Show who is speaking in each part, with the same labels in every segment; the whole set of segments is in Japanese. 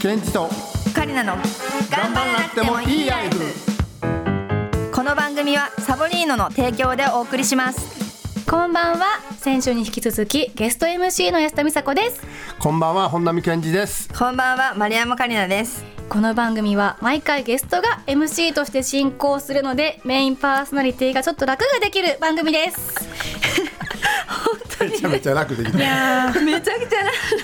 Speaker 1: ケンチと
Speaker 2: カリナの
Speaker 1: 頑張らなくてもいいライフ
Speaker 2: この番組はサボリーノの提供でお送りします
Speaker 3: こんばんは先週に引き続きゲスト MC の安田美沙子です
Speaker 1: こんばんは本並健二 です
Speaker 2: こんばんは丸山カリナです
Speaker 3: この番組は毎回ゲストが MC として進行するのでメインパーソナリティがちょっと楽ができる番組です
Speaker 1: めちゃめちゃ楽できた
Speaker 2: めちゃくち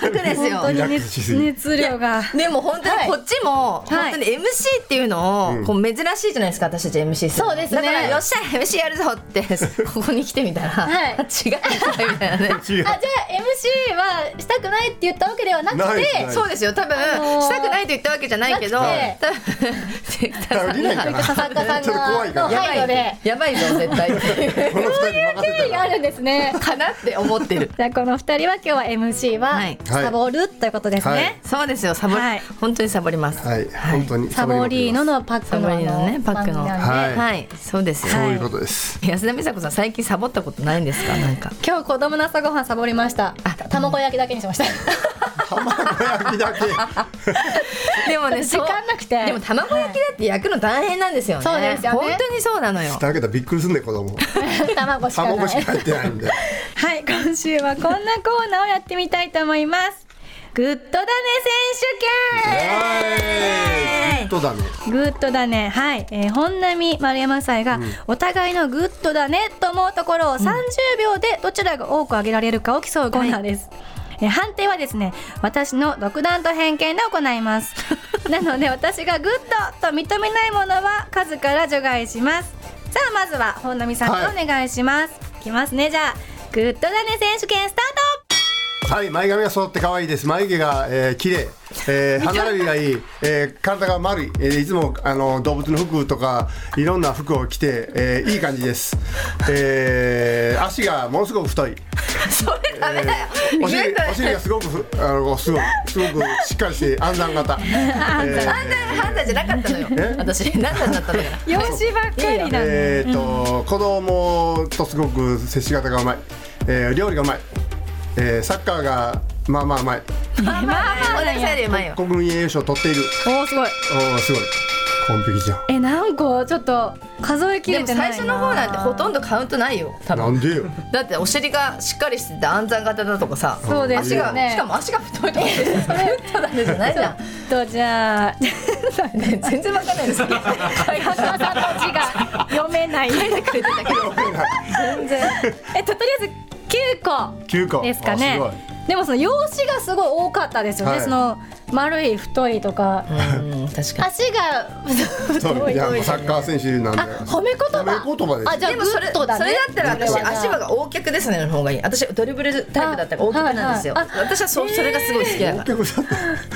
Speaker 2: ゃ楽です よ
Speaker 3: 本
Speaker 1: リ
Speaker 3: 当
Speaker 1: ラ
Speaker 3: に
Speaker 1: ックスしすぎ
Speaker 3: 熱熱量が
Speaker 2: でも本当にこっちも、
Speaker 3: は
Speaker 2: 本
Speaker 3: い
Speaker 2: 当に MC っていうのをこう珍しいじゃないですか私たち MC するの
Speaker 3: そうですね
Speaker 2: だからよっしゃ MC やるぞって ここに来てみたら、
Speaker 3: はい
Speaker 2: 違うみたいみたいなね
Speaker 1: 違う
Speaker 3: あじゃあ MC はしたくないって言ったわけではなくて
Speaker 1: ないですない
Speaker 2: そうですよ多分、
Speaker 3: あのー
Speaker 2: したくないと言ったわけじゃないけど多
Speaker 3: なく
Speaker 2: 分
Speaker 3: て
Speaker 2: 絶
Speaker 1: だ
Speaker 2: 対
Speaker 1: から降りないかな
Speaker 3: 作家さん
Speaker 1: ちょっと怖いか
Speaker 3: がの
Speaker 1: ら
Speaker 2: やば
Speaker 3: 配慮
Speaker 2: い
Speaker 3: で
Speaker 2: やばいぞ絶対
Speaker 1: この二人に任せ
Speaker 3: 意味
Speaker 1: た
Speaker 3: があ
Speaker 1: ら
Speaker 3: るんですね
Speaker 2: かなって思ってる
Speaker 3: じゃあこの二人は今日は MC
Speaker 2: は
Speaker 3: はいサボるということですね、
Speaker 1: はい
Speaker 2: そうですよサボ、
Speaker 3: はい
Speaker 2: 本当にサボります
Speaker 1: はい本当に
Speaker 3: サボリーノのパック
Speaker 2: サボ
Speaker 3: の
Speaker 2: りのねパックの
Speaker 3: 番組なんで
Speaker 1: は
Speaker 2: はいい、そうですよ、
Speaker 1: そういうことです
Speaker 2: 安田美佐子さん最近サボったことないんです かなんか
Speaker 3: 今日子供の朝ごはんサボりました
Speaker 2: あ
Speaker 3: 卵焼きだけにしました
Speaker 1: 卵焼きだけ
Speaker 2: でもね
Speaker 3: 時
Speaker 2: そう
Speaker 3: 間なくて
Speaker 2: でも卵焼きだって焼くの大変なんですよね、
Speaker 3: そうですよね
Speaker 2: 本当にそうなのよ
Speaker 1: だけどびっくりすんで子供
Speaker 3: 卵しかない
Speaker 1: 卵しか入ってないんで
Speaker 3: はい今週はこんなコーナーをやってみたいと思いますグッドだね選手権
Speaker 1: はいとだね
Speaker 3: グッドだねはい、えー、本並丸山さんが、お互いのグッドだねと思うところを30秒でどちらが多く上げられるかを競うコーナーです、えー判定はですね私の独断と偏見で行います なので私がグッドと認めないものは数から除外しますさあまずは本並さんからお願いします、いきますねじゃあグッドだね選手権スター
Speaker 1: はい前髪が揃って可愛いです眉毛が、えー、綺麗 えー、歯並びがいい、えー、体が丸い、えー、いつもあの動物の服とかいろんな服を着て、えー、いい感じです、えー、足がものすごく太い
Speaker 2: それダメだよ、
Speaker 1: お尻
Speaker 2: グッド
Speaker 1: お尻がすごくふあのすごくすごくしっかりして 安産型、えー
Speaker 2: 犯罪犯罪じゃなかったのよ
Speaker 1: え
Speaker 2: 私何歳になったのよ
Speaker 3: ト容姿ばっかりだね
Speaker 1: えー、と、子供とすごく接し方がうまい、えー、料理がうまい、えー、サッカーがまあまあうまい
Speaker 2: まあまあまあ同じ歳でうまいよ
Speaker 1: 国民栄誉賞を取っている
Speaker 3: おーすごい
Speaker 1: おーすごい完璧じゃん
Speaker 3: えなんかちょっと数えき
Speaker 2: で
Speaker 3: れ
Speaker 2: も
Speaker 3: てない
Speaker 2: 最
Speaker 3: な
Speaker 2: 初の方なんてほとんどカウントないよ多分
Speaker 1: なんでよ
Speaker 2: だってお尻がしっかりしてて安産型だとかさ
Speaker 3: そうです
Speaker 2: 足
Speaker 3: よ
Speaker 2: が、
Speaker 3: ね
Speaker 2: しかも足が太いとかさグッドだねじゃないじ ゃん
Speaker 3: とじゃあ
Speaker 2: ね全然わかんないです
Speaker 3: 高田さんの字が読めない 全然えっととりあえず九個
Speaker 1: 9個
Speaker 3: ですかね
Speaker 1: あ
Speaker 3: でもその容姿がすごい多かったですよね、
Speaker 1: はい
Speaker 3: その丸い太いとか
Speaker 2: うん確か
Speaker 3: 足が
Speaker 1: すごいそ
Speaker 3: 太
Speaker 1: う
Speaker 3: い
Speaker 1: いやもう
Speaker 3: と
Speaker 1: サ
Speaker 3: か
Speaker 1: ッカー選手なん
Speaker 3: あ
Speaker 1: だよ
Speaker 3: 褒め言葉
Speaker 1: 褒め言葉です
Speaker 3: あじゃあ
Speaker 2: で
Speaker 3: グ
Speaker 2: もそれ
Speaker 3: ッドだね
Speaker 2: それだったら私
Speaker 3: グッドだ
Speaker 2: 足場が横脚ですねの方がいい私ドリブルタイプだったから横脚なんですよ
Speaker 3: あはいはいあ
Speaker 2: 私はそそれがすごい好きだから
Speaker 1: 結構さこ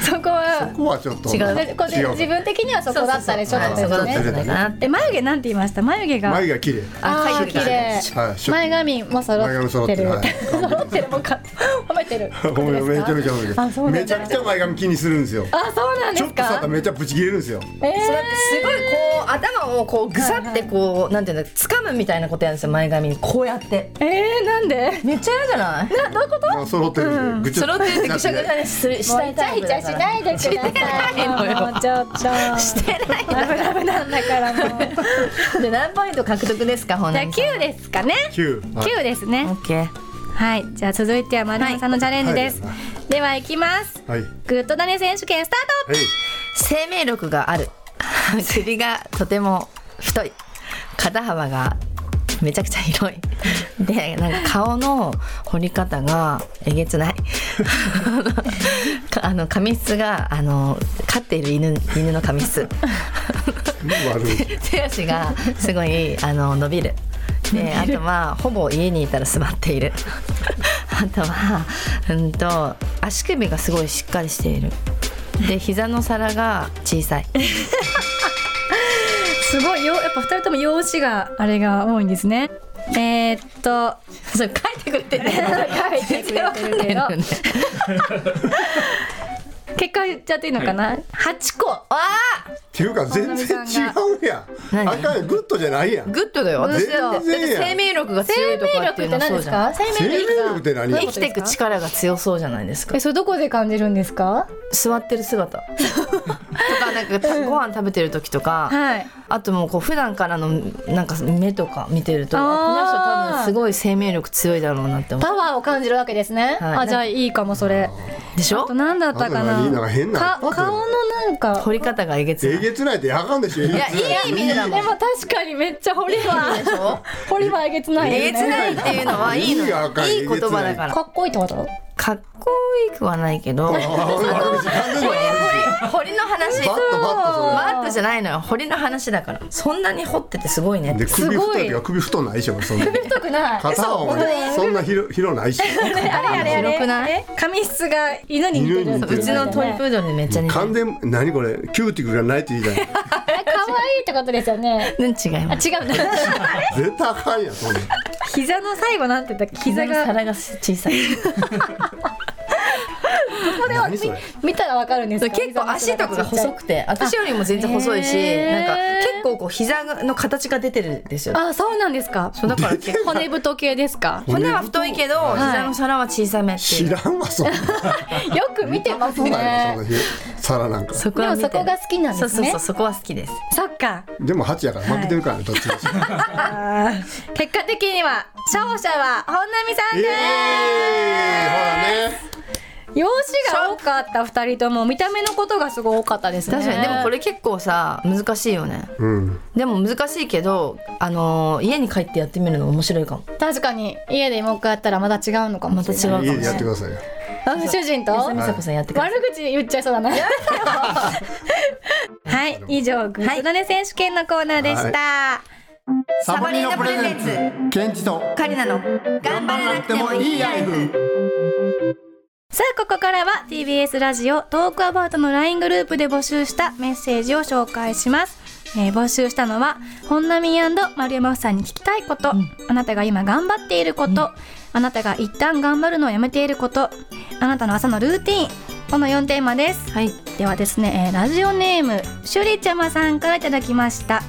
Speaker 3: そこは
Speaker 1: こはちょっと
Speaker 2: 違う
Speaker 3: 個人自分的にはそこだったでしょ
Speaker 2: そうそうそう
Speaker 3: って
Speaker 2: は
Speaker 3: こと
Speaker 2: い
Speaker 3: です
Speaker 2: そこだったんじ
Speaker 3: ね
Speaker 2: ゃないかな
Speaker 3: え眉毛なんて言いました眉毛が
Speaker 1: 眉が綺麗
Speaker 3: あ
Speaker 2: あ
Speaker 3: あ
Speaker 2: ー
Speaker 3: 綺
Speaker 2: 綺麗
Speaker 1: はい
Speaker 3: 麗前髪も揃
Speaker 1: 前髪揃
Speaker 3: っ
Speaker 1: って
Speaker 3: て
Speaker 1: る
Speaker 3: る
Speaker 1: はい
Speaker 3: 揃ってるもんか 褒めてる
Speaker 1: ごめんめちゃめちゃ褒めてる
Speaker 3: あそうなんだ
Speaker 1: めちゃくちゃ前髪気にするんですよ
Speaker 3: あそうなんで
Speaker 1: ちょっ
Speaker 3: す
Speaker 1: と触ったら
Speaker 3: か
Speaker 1: めっちゃブチ切れるんですよ
Speaker 3: え
Speaker 2: そうやってすごいこう頭をこうぐさってこうなんていうの掴むみたいなことやるんですよ前髪にこうやって
Speaker 3: ーえーなんで
Speaker 2: めっちゃ嫌じゃない
Speaker 1: まあ揃ってるんでぐちゃ
Speaker 2: 揃ってて
Speaker 1: な
Speaker 2: ぐしゃぐしゃにするし
Speaker 3: もう
Speaker 2: たい
Speaker 3: イチ
Speaker 2: タ
Speaker 3: ャ
Speaker 2: イ
Speaker 3: イ
Speaker 2: プ
Speaker 3: チ
Speaker 2: だから
Speaker 3: ャ しないでください
Speaker 2: ないのよ
Speaker 3: もうちょっ と
Speaker 2: してない
Speaker 3: ラブラブなんだからもうじ
Speaker 2: で何ポイント獲得ですかほん
Speaker 3: ゃあ9ですかね
Speaker 1: 九はい
Speaker 3: 9ですね
Speaker 2: オッケー
Speaker 3: はいじゃあ続いては丸山さんのチャレンジです、
Speaker 1: はい
Speaker 3: ではいきます
Speaker 1: はい
Speaker 3: グッドダネ選手権スタート
Speaker 1: はい
Speaker 2: 生命力がある 尻がとても太い肩幅がめちゃくちゃ広いでなんか顔の彫り方がえげつない かあの髪質があの飼っている犬犬の髪質
Speaker 1: 悪い
Speaker 2: 手足がすごいあの伸びるであとはほぼ家にいたら座っているあとはうんと足首がすごいしっかりしているで膝の皿が小さい
Speaker 3: すごいよやっぱ2人とも容姿があれが多いんですねえー、っと
Speaker 2: それ書いてくれてる
Speaker 3: 書いてくれてるけど結果言っちゃっていいのかな、 八8個
Speaker 2: あ
Speaker 1: ていうか全然違うやん
Speaker 2: 何
Speaker 1: あかんグッドじゃないや
Speaker 2: ー
Speaker 1: ん
Speaker 2: グッドだよ私だってだっ
Speaker 1: 全然やん
Speaker 2: て生命力が強
Speaker 3: 生
Speaker 2: いとか
Speaker 3: 命
Speaker 2: ってい
Speaker 3: 力
Speaker 2: うのは
Speaker 3: って何
Speaker 2: そ
Speaker 3: で
Speaker 2: う
Speaker 3: す
Speaker 2: じゃん
Speaker 3: か生
Speaker 1: 生命
Speaker 3: 命力
Speaker 1: 力って何
Speaker 3: どう
Speaker 2: 生
Speaker 3: いうこ
Speaker 2: き
Speaker 3: と
Speaker 2: て
Speaker 3: で
Speaker 2: い
Speaker 3: す
Speaker 2: く
Speaker 3: か
Speaker 2: 力が強そうじゃないですか
Speaker 3: えそれどこで感じるんですか
Speaker 2: 座ってる姿 とかなんかたご飯食べてる時とか、
Speaker 3: はい
Speaker 2: あともうこう普段からのなんか目とか見てると
Speaker 3: あ
Speaker 2: こ
Speaker 3: ー
Speaker 2: の人多分すごい生命力強いだろうなって思
Speaker 3: パワーを感じるわけですね、
Speaker 2: はい
Speaker 3: あじゃあいいかもそれ
Speaker 2: うでし
Speaker 3: あ
Speaker 2: ょ
Speaker 3: と何だったか
Speaker 1: あと
Speaker 3: な
Speaker 1: 何なんか変な
Speaker 3: か
Speaker 1: パズル
Speaker 3: 顔のなんか
Speaker 2: 掘り方がえげつ
Speaker 1: え
Speaker 2: ない
Speaker 1: げつないってあかんでしょい
Speaker 2: やいい意味でだ
Speaker 3: で
Speaker 2: もん
Speaker 3: も確かにめっちゃ掘り
Speaker 2: いいでし
Speaker 3: は
Speaker 2: ょ
Speaker 3: 掘りはえげつない
Speaker 2: え
Speaker 3: で
Speaker 2: げ
Speaker 3: す
Speaker 2: つ
Speaker 3: ね
Speaker 2: ないっていうのはいいの
Speaker 1: 意味がわかんない
Speaker 2: いい言葉だから
Speaker 3: かっこいいってこと
Speaker 2: かっこいいくはないけ ど堀の話
Speaker 1: バッとバッとそれ
Speaker 2: バットじゃないのよ堀の話だからそんなに掘っててすごいねって
Speaker 1: で首
Speaker 3: すご
Speaker 1: 太
Speaker 3: い
Speaker 1: いは首太ないでしょそんな
Speaker 3: 太くない
Speaker 1: 肩
Speaker 3: そう本当
Speaker 1: は
Speaker 3: に
Speaker 1: そんな広広ないし
Speaker 3: あれあれあれ
Speaker 2: 広くない
Speaker 3: え髪質が犬に似てる
Speaker 1: 犬に似て
Speaker 2: う
Speaker 1: る
Speaker 2: ちのトイプードルにめっちゃ似て
Speaker 1: 完
Speaker 2: る
Speaker 1: 全何これキューティクルがないって言いたい
Speaker 3: 可愛いってことですよね
Speaker 2: うん違い
Speaker 3: あ
Speaker 2: ます
Speaker 3: 違うんだ
Speaker 1: 絶対あかんやんそんな
Speaker 3: 膝の最後なんて言ったっけ 膝が
Speaker 2: 皿が小さい
Speaker 1: 何それ
Speaker 3: 見たらわかるんですか
Speaker 2: 結構足とかが細くて私よりも全然細いし、
Speaker 3: へー
Speaker 2: なんか結構こう膝の形が出てるんですよ
Speaker 3: あそうなんですか
Speaker 2: そうだから結構
Speaker 3: 骨太系ですか
Speaker 2: 骨は太いけど膝の皿は小さめってい
Speaker 1: 知
Speaker 2: う、
Speaker 1: らんわそんな
Speaker 3: よく見てます
Speaker 1: そうなん
Speaker 3: ね
Speaker 1: よそんな皿なんか
Speaker 2: そこは見てる
Speaker 3: でもそこが好きなんですね
Speaker 2: そうそうそうそこは好きです
Speaker 3: そっか
Speaker 1: でも8やから負けてるからねどっちも
Speaker 3: 結果的には勝者は本並さん
Speaker 1: イエーイ
Speaker 3: で
Speaker 1: ほらね
Speaker 3: す容姿が多かった二人とも見た目のことがすごい多かったですね
Speaker 2: 確かにでもこれ結構さ難しいよね
Speaker 1: うん
Speaker 2: でも難しいけどあのー家に帰ってやってみるの面白いかも
Speaker 3: 確かに家でもう一回やったらまた違うのかもしれな
Speaker 2: また違う
Speaker 3: い
Speaker 2: かもしれ
Speaker 1: 家
Speaker 2: ない
Speaker 1: でやってくださいよ
Speaker 3: あ主人と
Speaker 2: 吉見さこさんやってください
Speaker 3: 悪口言っちゃいそうだな。はい、 以上、グッドダネ選手権のコーナーでした。
Speaker 2: サボリーノプレゼン
Speaker 1: ツケンチと
Speaker 2: カリナの頑張らなくてもいいライフ
Speaker 3: さあ、ここからは TBS ラジオトークアバウトの LINE グループで募集したメッセージを紹介します。えー募集したのは、本並丸山さんに聞きたいこと、あなたが今頑張っていること、あなたが一旦頑張るのをやめていること、あなたの朝のルーティン、この4テーマです。
Speaker 2: はい
Speaker 3: ではですね、えーラジオネームシュリちゃまさんからいただきました、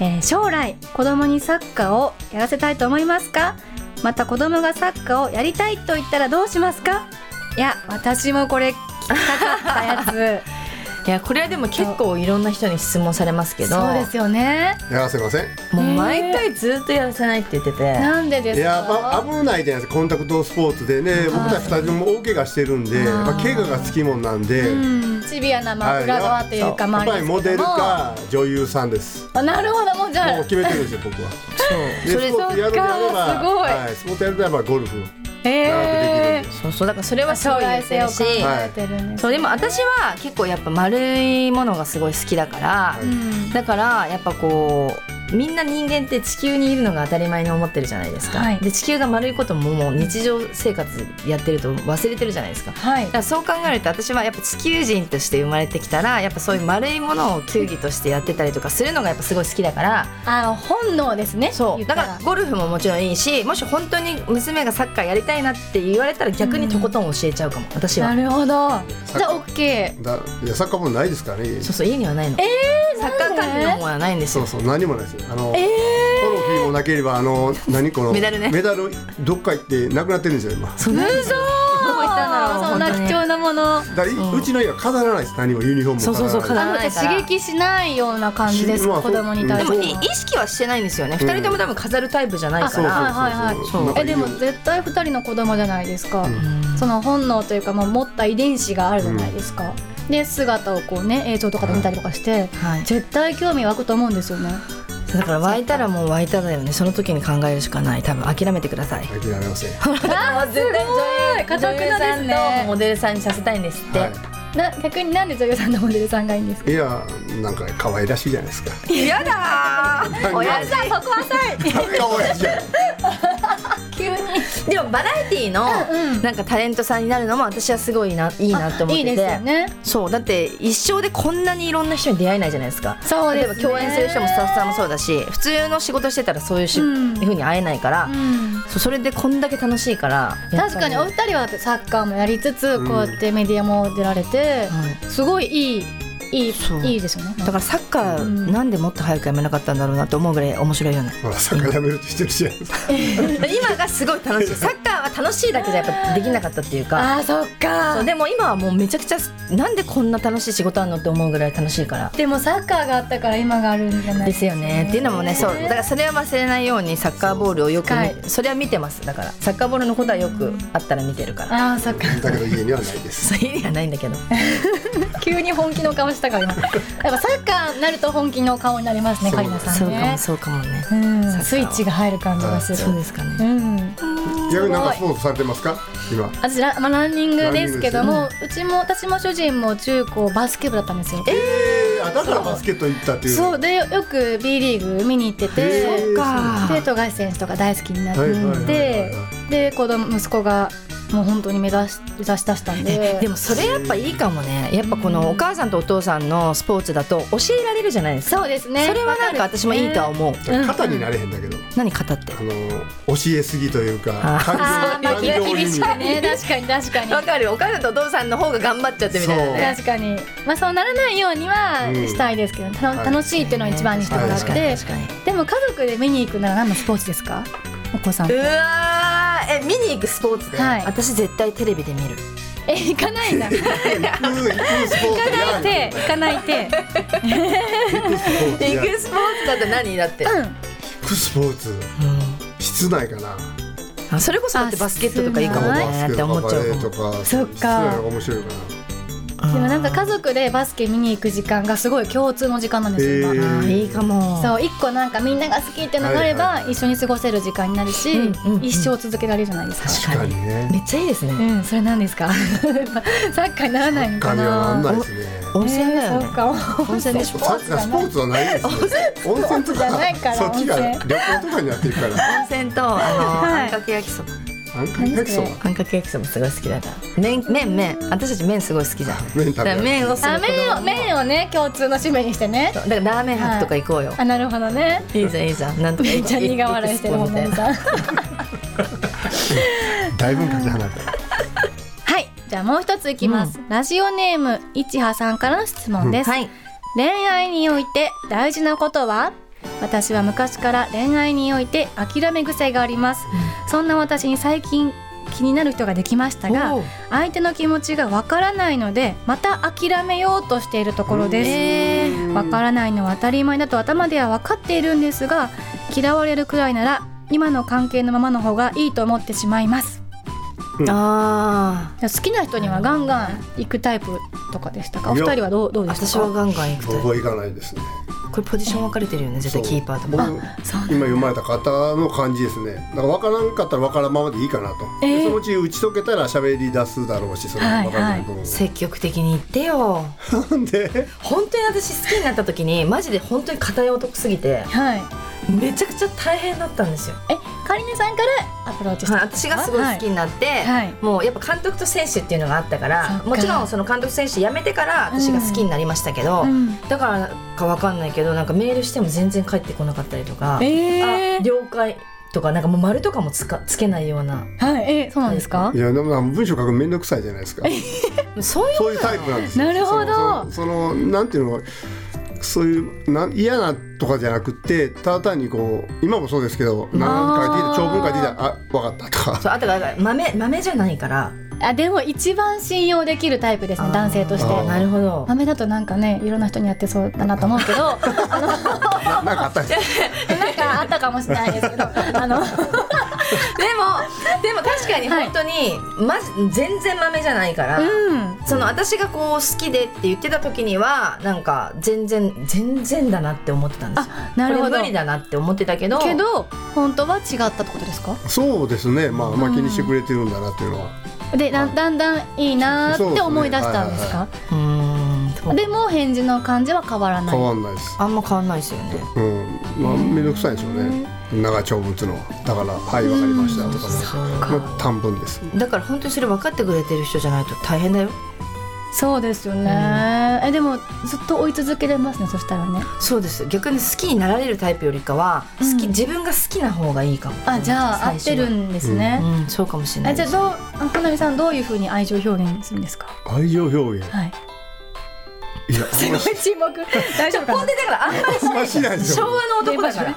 Speaker 3: えー将来子供にサッカーをやらせたいと思いますかまた子供がサッカーをやりたいと言ったらどうしますかいや私もこれ聞きたかったや
Speaker 2: いやこれはでも結構いろんな人に質問されます け
Speaker 3: つ
Speaker 2: ど
Speaker 3: そうですよね
Speaker 1: やらせません
Speaker 2: もう毎回ずっとやらせないって言ってて
Speaker 3: なんでで
Speaker 1: い
Speaker 3: す
Speaker 1: ややっぱ
Speaker 3: か
Speaker 1: 危ないじゃないですかコンタクトスポーツでね僕たち2人とも大怪我してるんでやっぱ怪我がつきもんなんで
Speaker 3: うんチビアな、まあ、
Speaker 1: はい
Speaker 3: 裏側というか、まあ
Speaker 1: やっぱりモデル
Speaker 3: あ
Speaker 1: か女優さんです
Speaker 3: れですけどもあなるほどもうじゃ
Speaker 1: もう
Speaker 3: あ
Speaker 1: 決めてるんですよ僕はで
Speaker 2: それ
Speaker 1: スポーツやるんであれば
Speaker 3: そっかすごい
Speaker 1: はいスポーツやるんであればゴルフ
Speaker 3: え
Speaker 1: 長くできるんで
Speaker 2: そうそうだからそれは
Speaker 3: ー、
Speaker 2: す
Speaker 3: 将
Speaker 2: ごい言
Speaker 3: 来
Speaker 2: って
Speaker 3: 性を
Speaker 2: る
Speaker 3: 考
Speaker 2: し、
Speaker 3: えてるんです
Speaker 2: そうでも私は結構やっぱ丸いものがすごい好きだから、
Speaker 1: い
Speaker 3: うん
Speaker 2: だからやっぱこうみんな人間って地球にいるのが当たり前に思ってるじゃないですか、
Speaker 3: はい
Speaker 2: で地球が丸いことももう日常生活やってると忘れてるじゃないですか。
Speaker 3: はい
Speaker 2: だからそう考えると私はやっぱ地球人として生まれてきたらやっぱそういう丸いものを球技としてやってたりとかするのがやっぱすごい好きだから
Speaker 3: あの本能ですね
Speaker 2: そう
Speaker 3: 言っ
Speaker 2: だ
Speaker 3: た
Speaker 2: からゴルフももちろんいいしもし本当に娘がサッカーやりたいなって言われたら逆にとことん教えちゃうかも、私は
Speaker 3: なるほどじゃあ
Speaker 1: じゃあ
Speaker 3: OK え
Speaker 1: だいやサッカーもないですからね
Speaker 2: そうそう家にはないの、サッカー関連のものはないんです
Speaker 1: そ
Speaker 2: よ
Speaker 1: うそう何もないですよあの、
Speaker 3: え
Speaker 1: トロフィーもなければあの何この
Speaker 2: メダルね
Speaker 1: メダルどっか行ってなくなってるんですよ今
Speaker 2: そうなんですよ
Speaker 3: ど
Speaker 2: こ行ったんだろう
Speaker 3: そんな
Speaker 2: 本当
Speaker 3: 貴
Speaker 2: に
Speaker 3: 重なもの
Speaker 1: だからい
Speaker 2: うん
Speaker 1: うちの家は飾らないです何もユニフォームも
Speaker 2: そう
Speaker 1: 飾ら
Speaker 2: そ
Speaker 1: ない
Speaker 2: うそう飾ら
Speaker 3: あ
Speaker 2: ない
Speaker 3: の
Speaker 2: から
Speaker 3: 刺激しないような感じです
Speaker 1: ま
Speaker 3: か
Speaker 1: あ
Speaker 3: 子供に対
Speaker 2: でも
Speaker 3: して
Speaker 2: い意識はしてないんですよね二人とも多分飾るタイプじゃないか
Speaker 1: そうそうそうそう
Speaker 2: ら
Speaker 3: はいはいはい
Speaker 1: そうなんか
Speaker 3: えでも
Speaker 1: いいよ
Speaker 3: 絶対二人の子供じゃないですか、
Speaker 2: うん
Speaker 3: その本能というか、まあ、持った遺伝子があるじゃないですか、で姿をこうね映像とかで見たりとかして、
Speaker 2: はい
Speaker 3: 絶対興味湧くと思うんですよね
Speaker 2: だから湧いたらもう湧いただよねその時に考えるしかない多分諦めてください
Speaker 1: 諦めません
Speaker 2: あ絶対
Speaker 3: 女優かたくなですね
Speaker 2: さんとモデルさんにさせたいんですって、
Speaker 1: は
Speaker 3: な逆になんで女優さんとモデルさんがいいんですか
Speaker 1: い、いやなんか可愛らしいじゃない ですか
Speaker 2: やだー
Speaker 1: 親父
Speaker 3: さあそこはさ
Speaker 1: 可愛らしいじゃん
Speaker 3: 急に
Speaker 2: でもバラエティーのなんかタレントさんになるのも私はすごいないいなと思ってて
Speaker 3: いいですよね
Speaker 2: そうだって一生でこんなにいろんな人に出会えないじゃないですか
Speaker 3: そうですね
Speaker 2: 例えば共演する人もスタッフさんもそうだし普通の仕事してたらそういうし、
Speaker 3: うん
Speaker 2: ふうに会えないから、
Speaker 3: うん
Speaker 2: そうそれでこんだけ楽しいからやっ
Speaker 3: 確
Speaker 2: ぱ
Speaker 3: か
Speaker 2: り
Speaker 3: にお二人はサッカーもやりつつ、
Speaker 1: ん
Speaker 3: こうやってメディアも出られて、
Speaker 2: は
Speaker 3: すごいいいいい
Speaker 2: そう
Speaker 3: いいですよね
Speaker 2: だからサッカー、
Speaker 3: うん
Speaker 2: なんでもっと早くやめなかったんだろうなと思うぐらい面白いよね
Speaker 1: ほら魚やめるってしてるじゃん
Speaker 2: 今がすごい 楽しいサッカーは楽しいだけじゃやっぱできなかったっていうか
Speaker 3: あーそっか
Speaker 2: そうでも今はもうめちゃくちゃなんでこんな楽しい仕事あるのって思うぐらい楽しいから
Speaker 3: でもサッカーがあったから今があるんじゃない
Speaker 2: ですよねっていうのもねそうだからそれは忘れないようにサッカーボールをよく見
Speaker 3: はい
Speaker 2: それは見てますだからサッカーボールのことはよくあったら見てるから
Speaker 3: ああそっか
Speaker 1: だけど家にはないです
Speaker 2: そういう意味はないんだけど
Speaker 3: 急に本気の顔したから今やっぱサッカーになると本気の顔になりますねカリナさ
Speaker 2: そ
Speaker 3: ん
Speaker 2: うかも
Speaker 3: ね
Speaker 2: そうかもね
Speaker 3: うん
Speaker 2: サッカーは
Speaker 3: スイッチが入る感じがする
Speaker 2: そうですかね
Speaker 3: うん
Speaker 1: 逆になんかスポーツされてますか今
Speaker 3: 私ラ,、まあ、ランニングですけど
Speaker 1: ラ
Speaker 3: も、うちも私も主人も中高バスケ部だったんですよ
Speaker 1: えー、あだからバスケット行ったっていう
Speaker 3: そうでよよく B リーグ見に行って
Speaker 1: へ
Speaker 3: て
Speaker 1: ー
Speaker 2: か
Speaker 3: で富樫選手とか大好きになっ
Speaker 1: はいはいはいはい
Speaker 3: てで子供息子がもう本当に目指し目指し出したんで
Speaker 2: えでもそれやっぱいいかもねやっぱこのお母さんとお父さんのスポーツだと教えられるじゃないですか
Speaker 3: そうですね
Speaker 2: それはなんか私もいいとは
Speaker 3: う
Speaker 2: 思う
Speaker 1: だから肩になれへんだけど、
Speaker 2: 何語って
Speaker 1: あの教えすぎというか
Speaker 2: あー
Speaker 3: あ
Speaker 1: 感
Speaker 3: ーまあ
Speaker 1: 情感情移
Speaker 3: 厳
Speaker 1: 入
Speaker 3: しくね確かに確かに
Speaker 2: わかるお母さんとお父さんの方が頑張っちゃってみたいな
Speaker 1: そう
Speaker 2: ね
Speaker 3: 確かにまあそうならないようには
Speaker 1: うん
Speaker 3: したいですけど、たの
Speaker 1: はい
Speaker 3: 楽しいっていうのを一番にしてもらって、
Speaker 2: 確かに確かに
Speaker 3: でも家族で見に行くなら何のスポーツですかお子さん
Speaker 2: うわーえ見に行くスポーツ
Speaker 3: はい
Speaker 2: 私絶対テレビで見る
Speaker 3: え行かないんだ行か
Speaker 1: 行く行くスポーツ
Speaker 3: ない
Speaker 1: や
Speaker 3: て行かない
Speaker 1: 行
Speaker 3: て
Speaker 1: くスポーツ
Speaker 2: 行
Speaker 1: や
Speaker 2: くスポーツだって何だって、
Speaker 1: 行くスポーツ室内かな
Speaker 2: あそれこそだってバスケットとかいいかも
Speaker 3: はい
Speaker 2: ねって思っちゃうか
Speaker 1: とか
Speaker 3: そっか
Speaker 1: 室内の方が面白いかな
Speaker 2: も
Speaker 3: でもなんか家族でバスケ見に行く時間がすごい共通の時間なんですよ、
Speaker 1: へ
Speaker 3: 今
Speaker 1: ー
Speaker 2: あーいいかも
Speaker 3: そう一個なんかみんなが好きっていうのがあれば、
Speaker 1: は
Speaker 3: 一緒に過ごせる時間になるし、
Speaker 2: うんうん
Speaker 3: 一生続けられるじゃないですか
Speaker 2: 確
Speaker 1: 確
Speaker 2: か
Speaker 1: か
Speaker 2: に
Speaker 1: にね
Speaker 2: めっちゃいいです
Speaker 3: う
Speaker 2: ね、
Speaker 3: んそれなんですか サッカーにならないのか
Speaker 1: 他にはなん
Speaker 3: な
Speaker 1: ないですね
Speaker 2: 温泉だよ
Speaker 3: えー
Speaker 2: ね
Speaker 3: そうか
Speaker 2: 温泉でし
Speaker 1: サ
Speaker 2: ょ
Speaker 1: ッカースポーツはないですね温泉と
Speaker 3: スポーツじゃ
Speaker 1: か
Speaker 3: ないから
Speaker 1: そっちが
Speaker 3: 温
Speaker 1: 旅
Speaker 3: 泉
Speaker 1: 行とかになってるから
Speaker 2: 温泉とあの、
Speaker 3: はい
Speaker 2: あんかけ焼きそば
Speaker 1: あんかけ焼きそば
Speaker 2: あんかけ焼きそばすごい好きだから麺麺麺私たち麺すごい好きじゃん
Speaker 1: 麺食べ
Speaker 2: だから麺をす
Speaker 3: あ
Speaker 2: ぐ子供
Speaker 3: 麺を
Speaker 2: に
Speaker 3: 麺をね共通の締めにしてね
Speaker 2: だからラーメン博とか行こうよ、
Speaker 3: あなるほどね
Speaker 2: い、いじゃんいいじゃんなんとか
Speaker 3: めっちゃ苦笑いしてる
Speaker 2: エ
Speaker 3: も
Speaker 2: キスポみ
Speaker 3: ん
Speaker 2: たい
Speaker 3: ね
Speaker 2: な
Speaker 3: さん
Speaker 1: だいぶかけ離れた
Speaker 3: はいじゃあもう一ついきます、ラジオネームいちはさんからの質問です、
Speaker 2: はい
Speaker 3: 恋愛において大事なことは私は昔から恋愛において諦め癖があります、そんな私に最近気になる人ができましたが
Speaker 2: おう
Speaker 3: 相手の気持ちがわからないのでまた諦めようとしているところです、わからないのは当たり前だと頭では分かっているんですが嫌われるくらいなら今の関係のままの方がいいと思ってしまいます
Speaker 2: ああ
Speaker 3: 好きな人にはガンガン行くタイプとかでしたかお二人はどうどうでし
Speaker 2: 私
Speaker 3: た
Speaker 2: は
Speaker 3: か
Speaker 2: ガンガン行くタイプ
Speaker 1: 僕は行かないですね
Speaker 2: これポジション分かれてるよね絶対キーパーと
Speaker 1: 僕
Speaker 2: か
Speaker 3: そうなんだ
Speaker 1: 今読まれた方の感じですねだから分からんかったら分からんままでいいかなと、
Speaker 3: えー
Speaker 1: でそのうち打ち解けたら喋り出すだろうしそれは分からないと思う、
Speaker 2: 積極的に言ってよ
Speaker 1: なんで
Speaker 2: 本当に私好きになった時にマジで本当に硬い男すぎて
Speaker 3: はい
Speaker 2: めちゃくちゃ大変だったんですよ、
Speaker 3: えカリネさんからアプローチした
Speaker 2: はい、私がすごい好きになって、
Speaker 3: はい
Speaker 2: もうやっぱ監督と選手っていうのがあったから
Speaker 3: そっか
Speaker 2: もちろんその監督選手辞めてから私が好きになりましたけど、
Speaker 3: うん
Speaker 2: だからかわかんないけどなんかメールしても全然返ってこなかったりとか、
Speaker 3: え
Speaker 2: あ
Speaker 3: ー、
Speaker 2: 了解とかなんかもう丸とかもつかつけないような
Speaker 3: はいえーそうなんですか
Speaker 1: いやでもなんか文章書くの面倒くさいじゃないですか
Speaker 2: そういう
Speaker 1: そういうタイプなんですよ
Speaker 3: なるほど
Speaker 1: そうそのそのなんていうのそういうなん嫌なとかじゃなくてただ単にこう今もそうですけどなんか書いてきた長文書いてきたあ分かったとか
Speaker 2: そうあとが豆豆じゃないから
Speaker 3: あでも一番信用できるタイプですね
Speaker 2: あー
Speaker 3: 男性とし
Speaker 1: あー
Speaker 3: て
Speaker 2: なるほど
Speaker 3: 豆だとなんかねいろんな人にやってそうだなと思うけ ど
Speaker 1: ななんかあったんです
Speaker 3: なんかあったかもしれないですけどあの
Speaker 2: でもでも確かに本当に、まず全然豆じゃないから、
Speaker 3: うん
Speaker 2: その私がこう好きでって言ってた時にはなんか全然全然だなって思ってたんですよ。
Speaker 3: あなるほ
Speaker 2: こ
Speaker 3: ど
Speaker 2: れ無理だなって思ってたけど
Speaker 3: けど本当は違ったってことですか
Speaker 1: そうですねまあまあ気にしてくれてるんだなっていうのは、
Speaker 3: でだ
Speaker 1: はい
Speaker 3: だんだんいいなーって思い出したんですか
Speaker 2: うーんそう
Speaker 3: でも返事の感じは変わらない
Speaker 1: 変わんないです
Speaker 2: あんま変わんないですよね。
Speaker 1: うんまあ面倒くさいんでしょうね長丁文つのだからはいわかりましたとかのの短文です
Speaker 2: だから本当にそれ分かってくれてる人じゃないと大変だよ
Speaker 3: そうですよね、えでもずっと追い続けれますねそしたらね
Speaker 2: そうです逆に好きになられるタイプよりかは好き、
Speaker 3: うん
Speaker 2: 自分が好きな方がいいかも
Speaker 3: あじゃあ合
Speaker 2: 最
Speaker 3: っ
Speaker 2: 初
Speaker 3: て
Speaker 2: は
Speaker 3: るんですね、
Speaker 2: うんそうかもしれな
Speaker 3: あ
Speaker 2: い
Speaker 3: じゃあ
Speaker 2: う
Speaker 3: どうあ好みさんどういうふうに愛情表現するんですか
Speaker 1: 愛情表現
Speaker 3: はい
Speaker 1: いや
Speaker 3: すごい沈黙 大丈夫か
Speaker 2: ほ
Speaker 3: なん
Speaker 2: でだからあんまり
Speaker 1: あんましないです
Speaker 2: 昭
Speaker 1: よ
Speaker 2: 和の男だから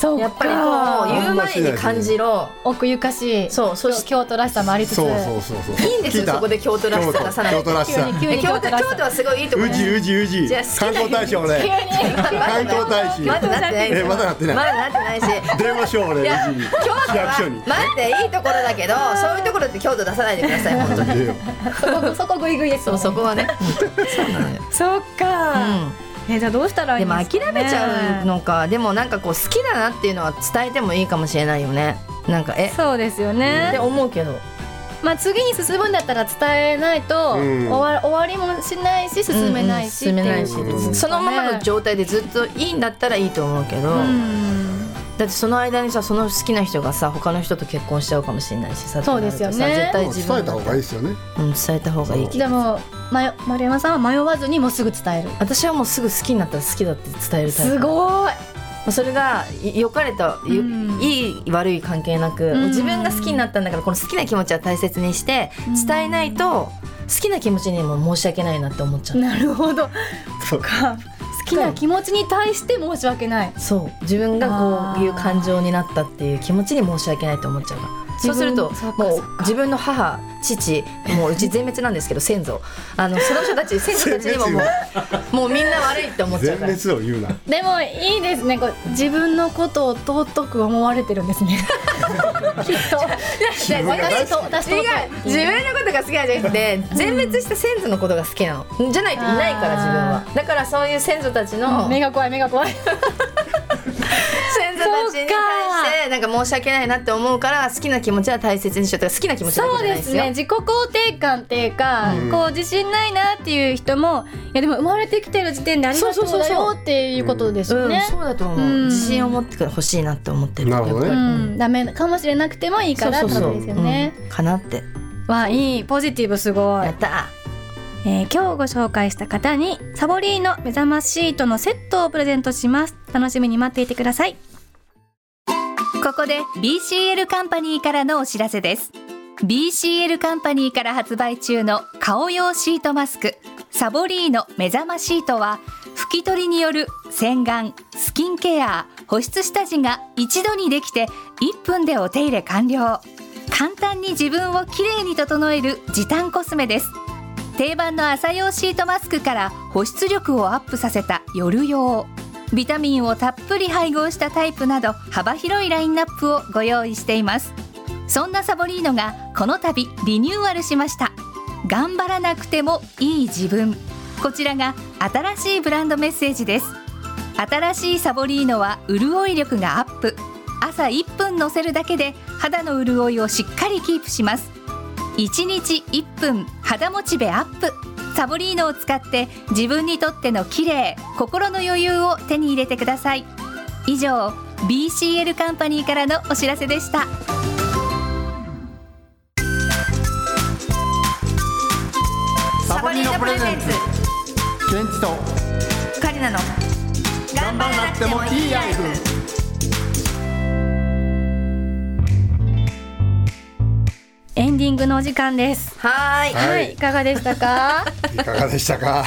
Speaker 3: そうか
Speaker 2: やっぱりこう言う前に感じろ
Speaker 3: 奥ゆかしい
Speaker 2: そうそして
Speaker 3: 京都らしさもありつつ
Speaker 1: そうそうそうそう
Speaker 2: いいんですよ
Speaker 1: 聞た
Speaker 2: そこで京都らしさ出さない
Speaker 1: 京都らしさ
Speaker 3: 急に急
Speaker 2: え
Speaker 3: に
Speaker 2: 京都京都はすごいいいとこ
Speaker 1: う
Speaker 2: ろ
Speaker 1: じうじうじ
Speaker 2: じゃあ好きな
Speaker 1: 観光大使俺観光大使
Speaker 2: まだなってないです
Speaker 1: えまだなってない
Speaker 2: まだなってないし
Speaker 1: 電話しよう俺う
Speaker 2: いや
Speaker 1: ちに
Speaker 2: 京都
Speaker 1: 市役所に
Speaker 2: は待って いいところだけどそういうところって京都出さないでください本当に
Speaker 1: いや
Speaker 3: そこそこグイグイです
Speaker 2: そうそこはねそうなのよ
Speaker 3: そっ
Speaker 2: う
Speaker 3: か、
Speaker 2: ん
Speaker 3: えじゃあどうしたらい
Speaker 2: で
Speaker 3: いんで
Speaker 2: も
Speaker 3: すか、ね、
Speaker 2: 諦めちゃうのかでもなんかこう好きだなっていうのは伝えてもいいかもしれないよねなんかえ
Speaker 3: そうですよ
Speaker 2: って
Speaker 3: ね、
Speaker 2: 思うけど
Speaker 3: まあ次に進むんだったら伝えないと、
Speaker 1: うん
Speaker 3: 終わ終わりもしないし進めないしっ
Speaker 2: うん
Speaker 3: て
Speaker 2: うん進めないいうし
Speaker 3: こと
Speaker 1: で
Speaker 3: ですかね
Speaker 2: そのままの状態でずっといいんだったらいいと思うけど、
Speaker 3: うん
Speaker 2: だってその間にさその好きな人がさ他の人と結婚しちゃうかもしれないしさ
Speaker 3: そうですよね
Speaker 2: ってなるとさ
Speaker 1: でも
Speaker 2: 絶
Speaker 1: 伝え
Speaker 2: 対
Speaker 1: た
Speaker 2: 自
Speaker 1: 方
Speaker 2: 分
Speaker 1: がいいですよね
Speaker 2: うん、伝えた方がいい気
Speaker 3: でも、まよ、丸山さんは迷わずにもうすぐ伝える。
Speaker 2: 私はもうすぐ好きになったら好きだって伝えるタイプ
Speaker 3: すご
Speaker 2: ま
Speaker 3: い。
Speaker 2: あそれがい良かれと、い
Speaker 3: うん
Speaker 2: いい悪い関係なく、
Speaker 3: うん
Speaker 2: 自分が好きになったんだからこの好きな気持ちは大切にして
Speaker 3: うん
Speaker 2: 伝えないと好きな気持ちにも申し訳ないなって思っちゃう、
Speaker 3: なるほど。
Speaker 1: そう
Speaker 3: か。好きな気持ちに対して申し訳ない。
Speaker 2: そう自分がこういう感情になったっていう気持ちに申し訳ないと思っちゃうから
Speaker 3: 自
Speaker 2: そう
Speaker 3: 分
Speaker 2: すると
Speaker 3: そうか
Speaker 2: も
Speaker 3: そううか
Speaker 2: 自分の母父もううち全滅なんですけど先祖あのその人たち先祖たちにももうもうみんな悪いって思っちゃ
Speaker 1: 全
Speaker 2: うから
Speaker 1: 滅を言うな
Speaker 3: でも、いいですね。こう、自分のことを尊く思われてるんで すね。きっと。
Speaker 1: 自分が大
Speaker 3: 私と、
Speaker 1: 好
Speaker 3: 私と。
Speaker 2: 違う自分のことが好きなんじゃなくて全滅した先祖のことが好きなのじゃないといないから
Speaker 3: あー
Speaker 2: 自分はだからそういう先祖たちの
Speaker 3: 目
Speaker 2: 先祖
Speaker 3: が怖い、目が怖い。
Speaker 2: たちに対してなんか申し訳ないなって思うから好きな気持ちは大切にしようとか好きな気持ちだけ
Speaker 3: そ
Speaker 2: じゃ
Speaker 3: う
Speaker 2: ない
Speaker 3: で
Speaker 2: ですすよ
Speaker 3: ね自己肯定感っていうか、
Speaker 1: うん
Speaker 3: こう自信ないなっていう人もいやでも生まれてきてる時点でありがとうだよっていうことですよ
Speaker 2: うん
Speaker 3: ね。
Speaker 2: そうだと思う、
Speaker 3: うん
Speaker 2: 自信を持ってくれほしいなって思ってる
Speaker 1: なるほどね
Speaker 2: やっぱり
Speaker 3: うん、ダメかもしれなくてもいいからって
Speaker 2: そうそ
Speaker 3: こ
Speaker 2: うそ
Speaker 3: と
Speaker 2: う
Speaker 3: ですよね。
Speaker 2: うんかなって
Speaker 3: わあいいポジティブすごい
Speaker 2: やっ、た
Speaker 3: えー今日ご紹介した方にサボリーの目覚ましシートのセットをプレゼントします楽しみに待っていてください
Speaker 4: ここで BCL カンパニーからのお知らせです BCL カンパニーから発売中の顔用シートマスクサボリーノ目覚まシートは拭き取りによる洗顔スキンケア保湿下地が一度にできて1分でお手入れ完了簡単に自分をきれいに整える時短コスメです定番の朝用シートマスクから保湿力をアップさせた夜用ビタミンをたっぷり配合したタイプなど幅広いラインナップをご用意していますそんなサボリーノがこの度リニューアルしました頑張らなくてもいい自分こちらが新しいブランドメッセージです新しいサボリーノは潤い力がアップ朝1分のせるだけで肌の潤いをしっかりキープします1日1分肌モチベアップサボリーノを使って自分にとっての綺麗心の余裕を手に入れてください以上 BCL カンパニーからのお知らせでした
Speaker 1: サボリーノプレゼンツ現地と
Speaker 2: カリナの
Speaker 1: 頑張らなくてもいいライフ
Speaker 3: エンディングのお時間です
Speaker 2: はーい、
Speaker 1: はい
Speaker 3: いかがでしたか
Speaker 1: いかがでしたか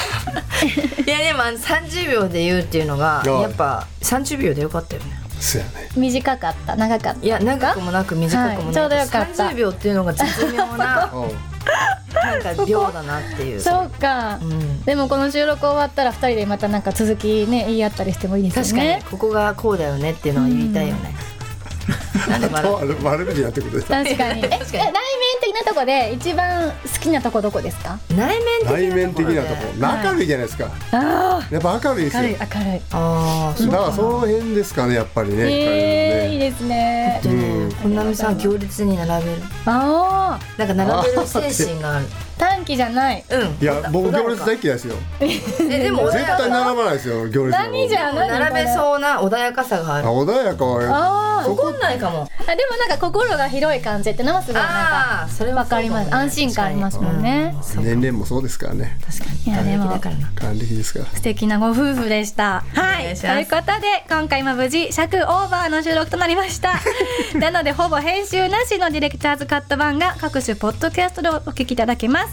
Speaker 2: い、やでもあの30秒で言うっていうのが
Speaker 1: いや
Speaker 2: やっぱ30秒でよかったよね
Speaker 1: そうやね
Speaker 3: 短かった長かっ
Speaker 2: いや長くもなく短くもなく、
Speaker 3: はいちょうどよかった
Speaker 2: 30秒っていうのが絶妙 な
Speaker 1: おう
Speaker 2: なんか秒だなっていう
Speaker 3: たそうか、
Speaker 2: うん
Speaker 3: でもこの収録終わったら二人でまたなんか続きね言い合ったりしてもいいで
Speaker 2: 確
Speaker 3: すよ
Speaker 2: かに
Speaker 3: ね
Speaker 2: ここがこうだよねっていうのは言いたいよね、なんで 笑う
Speaker 1: 悪悪口やってくれた
Speaker 3: 確かにええ内面的なとこで一番好きなとこどこですか
Speaker 2: 内
Speaker 1: 内面
Speaker 2: 面
Speaker 1: 的
Speaker 2: 的な
Speaker 1: な
Speaker 2: と
Speaker 1: と
Speaker 2: ころで
Speaker 1: こ明るいじゃないですか
Speaker 3: あ
Speaker 1: やっぱ明るいです
Speaker 3: 明
Speaker 1: よ
Speaker 3: るい明るい
Speaker 2: ああそう
Speaker 1: だからその辺ですかねやっぱりね
Speaker 3: えー、いい
Speaker 1: ね
Speaker 3: ですね
Speaker 2: でね
Speaker 1: うん
Speaker 2: 本並さん行列に並べる
Speaker 3: あ
Speaker 2: なんか並べる精神がある
Speaker 3: ー短期じゃない
Speaker 2: うん
Speaker 1: いや僕
Speaker 2: 穏や
Speaker 1: 行
Speaker 2: か
Speaker 1: 列大嫌いですよ
Speaker 2: えでも穏
Speaker 1: 絶
Speaker 2: や
Speaker 1: 対
Speaker 2: か
Speaker 1: 並ばないですよ行列なんか
Speaker 3: 何じゃん何
Speaker 2: 並べそうな穏やかさがあ
Speaker 1: あ
Speaker 2: る
Speaker 1: 穏やかは
Speaker 3: あ
Speaker 1: そこ
Speaker 2: 怒んないかも
Speaker 3: ーあでもなんか心が広い感じってのはすごいなんか
Speaker 2: ああーそれは
Speaker 3: わかります安心感ありますもんね
Speaker 2: そう
Speaker 1: 年齢もそうですからね
Speaker 2: 確かに
Speaker 3: いやでも
Speaker 2: 還暦だからな
Speaker 1: 還暦ですから
Speaker 3: 素敵なご夫婦でした。は
Speaker 2: お願
Speaker 3: い、
Speaker 2: いし
Speaker 3: と
Speaker 2: ます
Speaker 3: いうことで今回も無事尺オーバーの収録となりました。 なのでほぼ編集なしのディレクターズカット版が各種ポッドキャストでお聞きいただけます。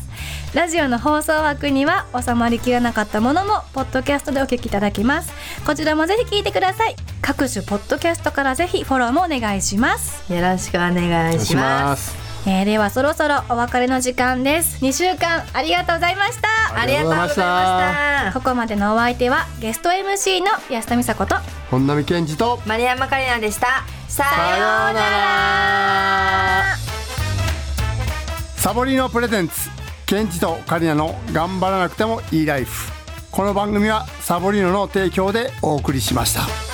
Speaker 3: ラジオの放送枠には収まりきらなかったものもポッドキャストでお聞きいただきます。こちらもぜひ聞いてください。各種ポッドキャストからぜひフォローもお願いします。
Speaker 2: よろしくお願いします
Speaker 1: す
Speaker 3: えーではそろそろお別れの時間です。2週間ありがとうございました。
Speaker 1: ありがとうございました
Speaker 2: ありがとうございました
Speaker 3: ここまでのお相手はゲスト MC の安田美沙子と
Speaker 1: 本並健二と
Speaker 2: 丸山カリナでしたさようなら
Speaker 1: サボリーノプレゼンツケンジとカリナの頑張らなくてもいいライフこの番組はサボリーノの提供でお送りしました